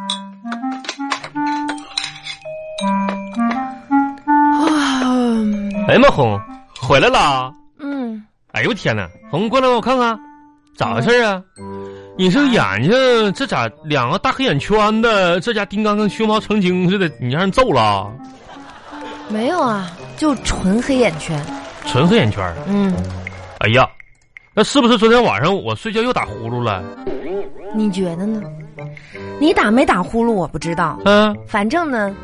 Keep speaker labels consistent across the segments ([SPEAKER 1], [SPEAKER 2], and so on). [SPEAKER 1] 啊哎妈，红回来啦！
[SPEAKER 2] 嗯，
[SPEAKER 1] 哎呦我天哪，红过来我看看，咋回事啊？你这个眼睛这咋两个大黑眼圈的？这家丁刚跟胸毛成精似的，你让人揍了？啊
[SPEAKER 2] 没有啊，就纯黑眼圈。
[SPEAKER 1] 纯黑眼圈啊！
[SPEAKER 2] 嗯，
[SPEAKER 1] 哎呀，那是不是昨天晚上我睡觉又打呼噜了？
[SPEAKER 2] 你觉得呢？你打没打呼噜我不知道，
[SPEAKER 1] 嗯、
[SPEAKER 2] 反正呢，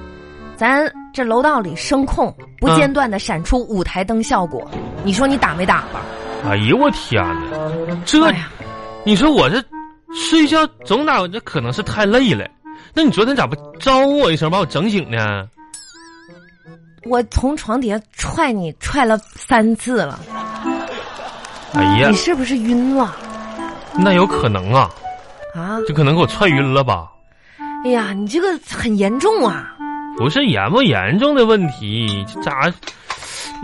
[SPEAKER 2] 咱这楼道里声控不间断的闪出舞台灯效果，你说你打没打吧？
[SPEAKER 1] 哎呦我天哪，这、
[SPEAKER 2] 哎呀，
[SPEAKER 1] 你说我这睡觉总打，这可能是太累了。那你昨天咋不招呼我一声，把我整醒呢？
[SPEAKER 2] 我从床底下踹你踹了三次了，
[SPEAKER 1] 哎呀
[SPEAKER 2] 你，是不是晕了
[SPEAKER 1] 那有可能啊，
[SPEAKER 2] 啊？
[SPEAKER 1] 这可能给我踹晕了吧？
[SPEAKER 2] 哎呀，你这个很严重啊！
[SPEAKER 1] 嗯不是严不严重的问题，这咋？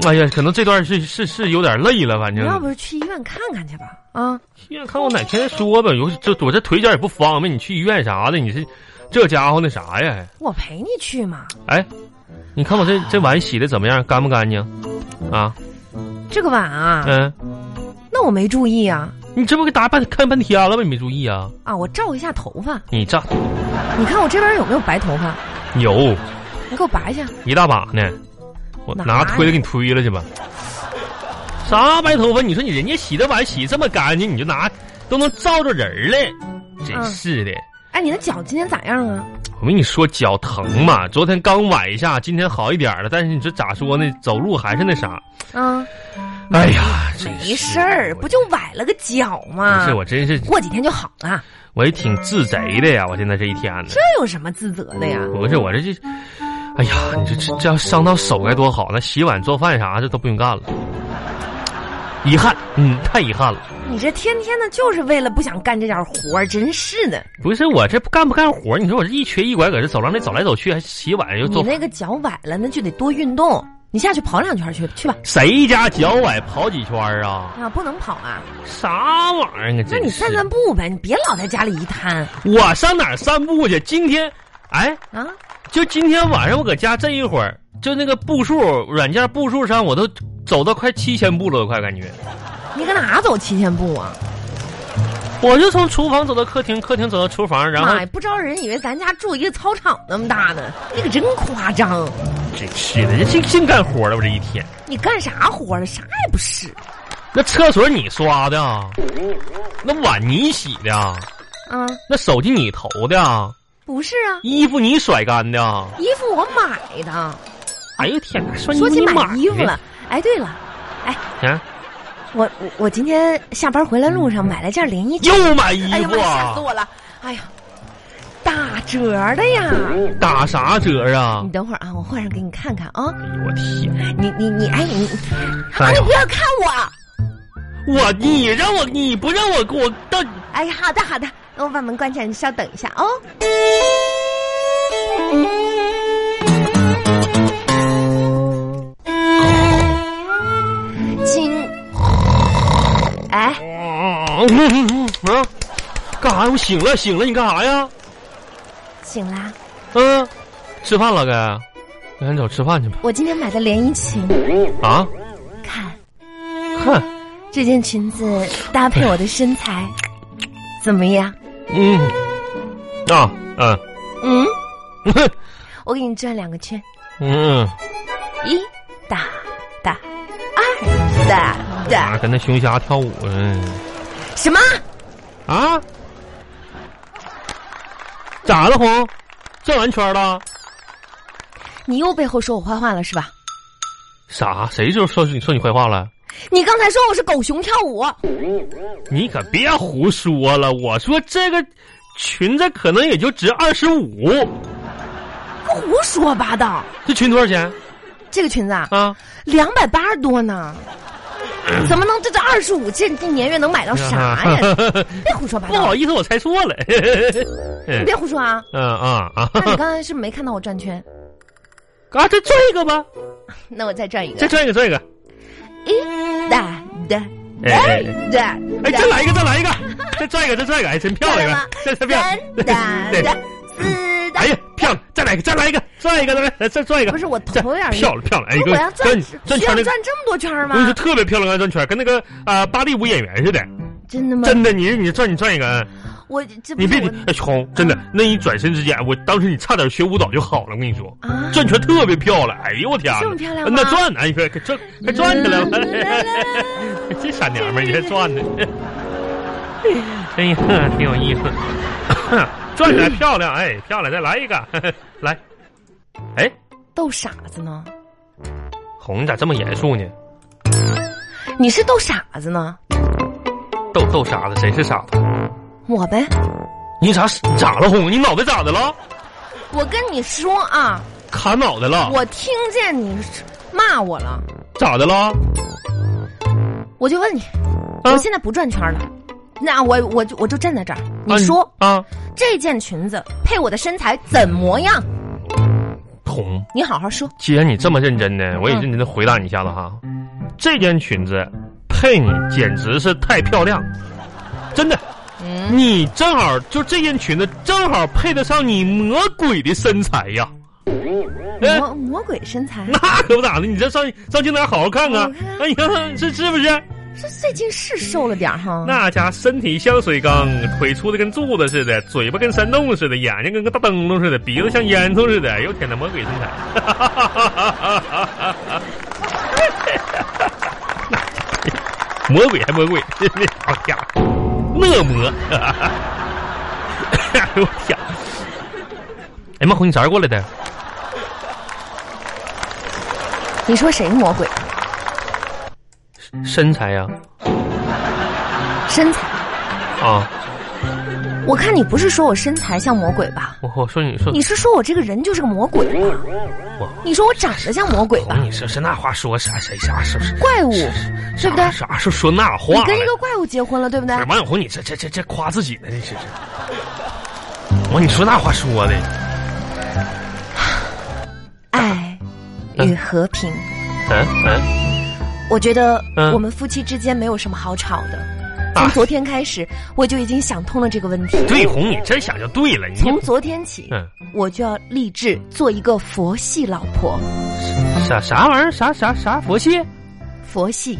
[SPEAKER 1] 哎呀，可能这段是是是有点累了，反
[SPEAKER 2] 你
[SPEAKER 1] 正
[SPEAKER 2] 要不是去医院看看去吧？啊，
[SPEAKER 1] 医院看我哪天再说吧。有这我这腿脚也不方便，你去医院啥的，你这这家伙那啥呀？
[SPEAKER 2] 我陪你去嘛。
[SPEAKER 1] 哎，你看我这这碗洗的怎么样？干不干净？啊，
[SPEAKER 2] 这个碗啊，
[SPEAKER 1] 嗯，
[SPEAKER 2] 那我没注意啊。
[SPEAKER 1] 你这不给打半看半天了吗？你没注意啊？
[SPEAKER 2] 啊，我照一下头发，
[SPEAKER 1] 你这
[SPEAKER 2] 你看我这边有没有白头发？
[SPEAKER 1] 有
[SPEAKER 2] 你给我拔一下。
[SPEAKER 1] 一大把呢，我
[SPEAKER 2] 哪啊
[SPEAKER 1] 拿推子给你推了去吧。啥白头发？你说你人家洗的碗洗这么干净，你就拿都能照着人儿了，真
[SPEAKER 2] 嗯
[SPEAKER 1] 是的。
[SPEAKER 2] 哎，你的脚今天咋样啊？
[SPEAKER 1] 我跟你说，脚疼嘛，昨天刚崴一下，今天好一点了。但是你说咋说呢？走路还是那啥。
[SPEAKER 2] 啊，
[SPEAKER 1] 哎呀，真
[SPEAKER 2] 没
[SPEAKER 1] 是
[SPEAKER 2] 事儿，
[SPEAKER 1] 我
[SPEAKER 2] 不就啊崴了个脚
[SPEAKER 1] 不
[SPEAKER 2] 吗？
[SPEAKER 1] 是我真是
[SPEAKER 2] 过几天就好了，
[SPEAKER 1] 我也挺自贼的呀！我现在这一天呢，
[SPEAKER 2] 这有什么自责的呀？
[SPEAKER 1] 不是我这这，哎呀，你说这这要伤到手该多好！那洗碗做饭啥的都不用干了，遗憾，嗯，太遗憾了。
[SPEAKER 2] 你这天天的就是为了不想干这点活儿，真是的。
[SPEAKER 1] 不是我这干不干活？你说我这一瘸一拐搁这走廊里走来走去，还洗碗又
[SPEAKER 2] 你
[SPEAKER 1] 做饭
[SPEAKER 2] 那个脚崴了，那就得多运动。你下去跑两圈去去吧。
[SPEAKER 1] 谁家脚崴跑几圈啊？
[SPEAKER 2] 啊，不能跑啊！
[SPEAKER 1] 啥玩意儿啊？
[SPEAKER 2] 那
[SPEAKER 1] 真
[SPEAKER 2] 你
[SPEAKER 1] 是
[SPEAKER 2] 散散步呗，你别老在家里一摊
[SPEAKER 1] 我上哪儿散步去？今天，哎，
[SPEAKER 2] 啊！
[SPEAKER 1] 就今天晚上我搁家这一会儿，就那个步数软件步数上，我都走到快七千步了，我快感觉。
[SPEAKER 2] 你搁哪走七千步啊？
[SPEAKER 1] 我就从厨房走到客厅，客厅走到厨房，然后
[SPEAKER 2] 妈呀，不招人以为咱家住一个操场那么大呢，你可真夸张！
[SPEAKER 1] 真是的，这净净干活了，我这一天。
[SPEAKER 2] 你干啥活啊了？啥也不是
[SPEAKER 1] 那厕所你刷的啊，那碗你洗的啊，
[SPEAKER 2] 啊！
[SPEAKER 1] 那手机你投的啊，
[SPEAKER 2] 不是啊，
[SPEAKER 1] 衣服你甩干的啊。
[SPEAKER 2] 衣服我买的。
[SPEAKER 1] 哎呦天哪！说
[SPEAKER 2] 说起
[SPEAKER 1] 你
[SPEAKER 2] 买衣服
[SPEAKER 1] 的
[SPEAKER 2] 了，哎，对了，
[SPEAKER 1] 啊，
[SPEAKER 2] 我我我今天下班回来路上买了件连衣裙，
[SPEAKER 1] 又买衣
[SPEAKER 2] 哎呀妈
[SPEAKER 1] 服
[SPEAKER 2] 呀，吓死
[SPEAKER 1] 啊？
[SPEAKER 2] 我了！哎呀，打折的呀！
[SPEAKER 1] 打啥折啊
[SPEAKER 2] 你？等会儿啊，我换上给你看看啊！
[SPEAKER 1] 哎呦我天！
[SPEAKER 2] 你你你，哎你，啊
[SPEAKER 1] 哎
[SPEAKER 2] 你
[SPEAKER 1] 呦
[SPEAKER 2] 不要看我！
[SPEAKER 1] 我你让我你不让我给我到
[SPEAKER 2] 哎呀，好的好的，那我把门关起来，你稍等一下哦。今，哎，
[SPEAKER 1] 啊？干啥呀？我醒了醒了，你干啥呀？
[SPEAKER 2] 醒啦！
[SPEAKER 1] 嗯，吃饭了该，赶紧走吃饭去吧。
[SPEAKER 2] 我今天买的连衣裙，
[SPEAKER 1] 啊，
[SPEAKER 2] 看
[SPEAKER 1] 看，
[SPEAKER 2] 这件裙子搭配我的身材，怎么样？
[SPEAKER 1] 嗯，啊，嗯，
[SPEAKER 2] 嗯，
[SPEAKER 1] 哼
[SPEAKER 2] 我给你转两个圈，
[SPEAKER 1] 嗯，
[SPEAKER 2] 一打打，二打
[SPEAKER 1] 啊，
[SPEAKER 2] 打，
[SPEAKER 1] 跟那熊瞎跳舞呢。
[SPEAKER 2] 什么？
[SPEAKER 1] 啊？咋了，红？转完圈了？
[SPEAKER 2] 你又背后说我坏话了是吧？
[SPEAKER 1] 啥？谁就说你说你坏话了？
[SPEAKER 2] 你刚才说我是狗熊跳舞，
[SPEAKER 1] 你可别胡说了！我说这个裙子可能也就值二十五，
[SPEAKER 2] 胡说八道。
[SPEAKER 1] 这裙多少钱
[SPEAKER 2] 这个裙子啊，
[SPEAKER 1] 啊？
[SPEAKER 2] 两百八十多呢，
[SPEAKER 1] 嗯
[SPEAKER 2] 怎么能这这二十五？这这年月能
[SPEAKER 1] 哦
[SPEAKER 2] 买到啥 呀？别胡说八
[SPEAKER 1] 啊不
[SPEAKER 2] 道
[SPEAKER 1] 好，意思，我猜错了。
[SPEAKER 2] 你别胡说啊！
[SPEAKER 1] 嗯啊啊！
[SPEAKER 2] 那你刚才是没看到我转圈？
[SPEAKER 1] 啊，再转一个吧，
[SPEAKER 2] 那我再转一个
[SPEAKER 1] 再，转一个，转一个。
[SPEAKER 2] 一哒哒
[SPEAKER 1] 哎哎
[SPEAKER 2] 哒哒，
[SPEAKER 1] 哎，再来一个， 再来一个，再转一个，再转一个。哎，真漂
[SPEAKER 2] 漂
[SPEAKER 1] 亮
[SPEAKER 2] 亮吗
[SPEAKER 1] 啊！这这漂亮
[SPEAKER 2] 三。哒
[SPEAKER 1] 对
[SPEAKER 2] 哒四哒。
[SPEAKER 1] 哎呀，漂亮！再来一个，再来一个，转一个，再来，再转一个
[SPEAKER 2] 不。是我头有点
[SPEAKER 1] 漂亮漂亮！哎，
[SPEAKER 2] 不是
[SPEAKER 1] 哥
[SPEAKER 2] 我要，转
[SPEAKER 1] 转
[SPEAKER 2] 需要
[SPEAKER 1] 转圈
[SPEAKER 2] 转
[SPEAKER 1] 那个，
[SPEAKER 2] 这么多圈儿
[SPEAKER 1] 我
[SPEAKER 2] 吗嗯
[SPEAKER 1] 跟？你说特别漂亮啊，转圈跟那个啊、呃芭蕾舞演员似的，
[SPEAKER 2] 真的吗？
[SPEAKER 1] 真的，你你转你转一个，啊
[SPEAKER 2] 我这不
[SPEAKER 1] 你
[SPEAKER 2] 是
[SPEAKER 1] 别
[SPEAKER 2] 嗯我嗯
[SPEAKER 1] 哎红，真的，那一转身之间，我当时你差点学舞蹈就好了，我跟你说，
[SPEAKER 2] 啊，
[SPEAKER 1] 转圈特别漂亮，哎呦我天哪，
[SPEAKER 2] 这么漂亮吗
[SPEAKER 1] 那转呢，哎，快快转，快转起来吧，这傻娘们儿，你还转呢，哎呀，挺有意思，转起来漂亮，哎，漂亮，再来一个，来，哎，
[SPEAKER 2] 逗傻子呢？
[SPEAKER 1] 红，你咋这么严肃呢？
[SPEAKER 2] 你是逗傻子呢？
[SPEAKER 1] 逗逗傻子，谁是傻子？
[SPEAKER 2] 我呗。
[SPEAKER 1] 你咋咋了，红？你脑袋咋的了？
[SPEAKER 2] 我跟你说啊，
[SPEAKER 1] 卡脑袋了？
[SPEAKER 2] 我听见你骂我了，
[SPEAKER 1] 咋的了？
[SPEAKER 2] 我就问你，
[SPEAKER 1] 啊
[SPEAKER 2] 我现在不转圈了。那我我就我就站在这儿，你说、
[SPEAKER 1] 啊啊，
[SPEAKER 2] 这件裙子配我的身材怎么样？
[SPEAKER 1] 红。
[SPEAKER 2] 你好好说。
[SPEAKER 1] 既然你这么认真
[SPEAKER 2] 嗯
[SPEAKER 1] 呢，我也认真的回答你一下子哈。这件裙子配你简直是太漂亮，真的，
[SPEAKER 2] 嗯，
[SPEAKER 1] 你正好就这件裙子正好配得上你魔鬼的身材呀。哎，
[SPEAKER 2] 魔魔鬼身材，
[SPEAKER 1] 那可不咋的，你这上上镜台好好看看
[SPEAKER 2] 好看，
[SPEAKER 1] 哎呀，这是不是？
[SPEAKER 2] 这最近是瘦了点儿哈。
[SPEAKER 1] 那家身体像水缸，腿粗的跟柱子似的，嘴巴跟山洞似的，眼睛跟个大灯笼似的，鼻子像烟囱似的。哎呦天哪，魔鬼身材！ 魔鬼还魔鬼， 好家伙，恶魔！ 哎呦我天！哎妈，红，你啥时候过来的？
[SPEAKER 2] 你说谁魔鬼？
[SPEAKER 1] 身材啊呀、
[SPEAKER 2] 身材？
[SPEAKER 1] 啊？
[SPEAKER 2] 我看你不是说我身材像魔鬼吧？
[SPEAKER 1] 哦我我说你说
[SPEAKER 2] 你是说我这个人就是个魔鬼吧
[SPEAKER 1] 我？
[SPEAKER 2] 你说我长得像魔鬼吧
[SPEAKER 1] 红，？你说是那话说啥谁啥是不是？
[SPEAKER 2] 怪物，对
[SPEAKER 1] 是
[SPEAKER 2] 不对？
[SPEAKER 1] 啥是说那话
[SPEAKER 2] 你
[SPEAKER 1] 了？
[SPEAKER 2] 跟一个怪物结婚了，对不对
[SPEAKER 1] 不哎是？王小红，你这这这这夸自己呢？这是，我你说那话说的，
[SPEAKER 2] 爱哎与和平，
[SPEAKER 1] 嗯嗯，
[SPEAKER 2] 我觉得
[SPEAKER 1] 嗯
[SPEAKER 2] 我们夫妻之间没有什么好吵的。
[SPEAKER 1] 啊
[SPEAKER 2] 从昨天开始，我就已经想通了这个问题。
[SPEAKER 1] 对红，你真想就对了，你
[SPEAKER 2] 从昨天起，
[SPEAKER 1] 嗯
[SPEAKER 2] 我就要立志做一个佛系老婆。
[SPEAKER 1] 啥啥玩意儿？啥啥啥佛系？
[SPEAKER 2] 佛系，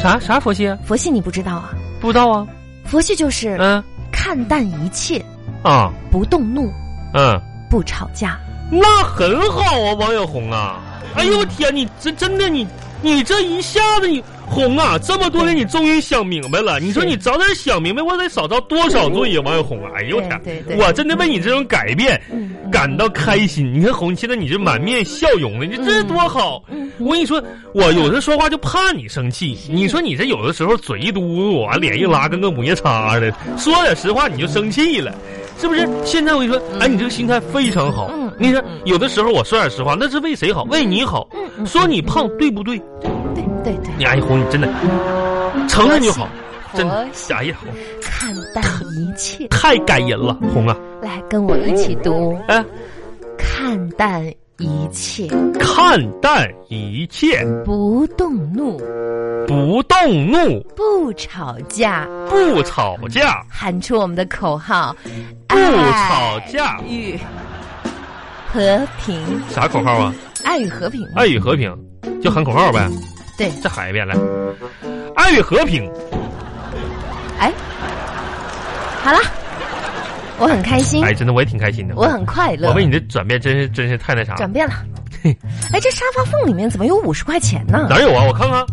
[SPEAKER 1] 啥啥佛系？
[SPEAKER 2] 佛系你不知道啊？
[SPEAKER 1] 不知道啊？
[SPEAKER 2] 佛系就是
[SPEAKER 1] 嗯
[SPEAKER 2] 看淡一切，
[SPEAKER 1] 啊
[SPEAKER 2] 不动怒，
[SPEAKER 1] 嗯，
[SPEAKER 2] 不吵架。
[SPEAKER 1] 那很好啊，王小红啊！哎呦我天，你真真的你你这一下子你红啊，这么多年你终于想明白了。你说你早点想明白，我得少遭多少罪呀，王小红啊！哎呦我天，
[SPEAKER 2] 对对对
[SPEAKER 1] 我真的为你这种改变
[SPEAKER 2] 嗯嗯
[SPEAKER 1] 感到开心。你看红，现在你这满面笑容的，你这多好！
[SPEAKER 2] 嗯
[SPEAKER 1] 我跟你说，我有的说话就怕你生气。你说你这有的时候嘴一嘟噜，完脸一拉，跟个母夜叉的。说点实话，你就生气了，是不是？现在我跟你说，哎，你这个心态非常好
[SPEAKER 2] 嗯。
[SPEAKER 1] 你看，有的时候我说点实话，那是为谁好？为你好。
[SPEAKER 2] 嗯
[SPEAKER 1] 说你胖对不对？
[SPEAKER 2] 对对对，
[SPEAKER 1] 你哎红，你真的承认就好，
[SPEAKER 2] 佛
[SPEAKER 1] 真的。
[SPEAKER 2] 系
[SPEAKER 1] 哎呀，红
[SPEAKER 2] 看淡一切。
[SPEAKER 1] 太感人了，红啊！
[SPEAKER 2] 来，跟我一起读：
[SPEAKER 1] 哎，
[SPEAKER 2] 看淡一切，
[SPEAKER 1] 看淡一切，
[SPEAKER 2] 不动怒，
[SPEAKER 1] 不动怒。
[SPEAKER 2] 不吵架，
[SPEAKER 1] 不吵架，
[SPEAKER 2] 喊出我们的口号：
[SPEAKER 1] 不吵架。
[SPEAKER 2] 与和平，
[SPEAKER 1] 啥口号啊？
[SPEAKER 2] 爱与和平。
[SPEAKER 1] 爱与和平，就喊口号呗。
[SPEAKER 2] 对，
[SPEAKER 1] 再喊一遍来。爱与和平，
[SPEAKER 2] 哎，好了，我很开心，
[SPEAKER 1] 哎，真的我也挺开心的。
[SPEAKER 2] 我很快乐
[SPEAKER 1] 我，为你的转变真是真是太那啥了。
[SPEAKER 2] 转变了。哎，这沙发缝里面怎么有五十块钱呢？
[SPEAKER 1] 哪有啊？我看看，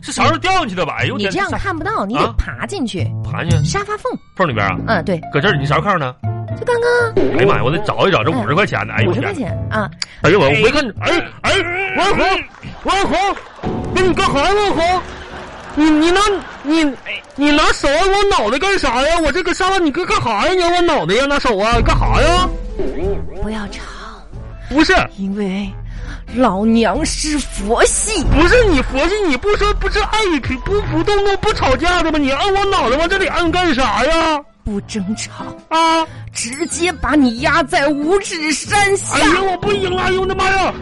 [SPEAKER 1] 是啥时候掉进去的吧？哎呦我
[SPEAKER 2] 你
[SPEAKER 1] 天，
[SPEAKER 2] 这样
[SPEAKER 1] 啥
[SPEAKER 2] 看不到，你
[SPEAKER 1] 啊
[SPEAKER 2] 得爬进去
[SPEAKER 1] 爬进去
[SPEAKER 2] 沙发缝。
[SPEAKER 1] 缝里边啊？
[SPEAKER 2] 嗯，对，
[SPEAKER 1] 搁这儿你啥时候看着呢？
[SPEAKER 2] 就刚刚
[SPEAKER 1] 哎呀妈呀，我得找一找这
[SPEAKER 2] 嗯
[SPEAKER 1] 五十块钱的。哎
[SPEAKER 2] 五
[SPEAKER 1] 呦我
[SPEAKER 2] 十
[SPEAKER 1] 天
[SPEAKER 2] 块！钱啊，
[SPEAKER 1] 哎呦我没看着，哎哎，王红，王红，那你干啥呀？王红，你你拿你你拿手按我脑袋干啥呀？我这个沙发你干干啥呀？你按我脑袋呀？拿手啊？干啥呀？
[SPEAKER 2] 不要吵，
[SPEAKER 1] 不是
[SPEAKER 2] 因为老娘是佛系。
[SPEAKER 1] 不是你佛系，你不说不是爱与平不不动怒不吵架的吗？你按我脑袋往这里按干啥呀？
[SPEAKER 2] 不争吵，
[SPEAKER 1] 啊！
[SPEAKER 2] 直接把你压在五指山下
[SPEAKER 1] 哎。呀，我不赢了！哎呦我的妈呀！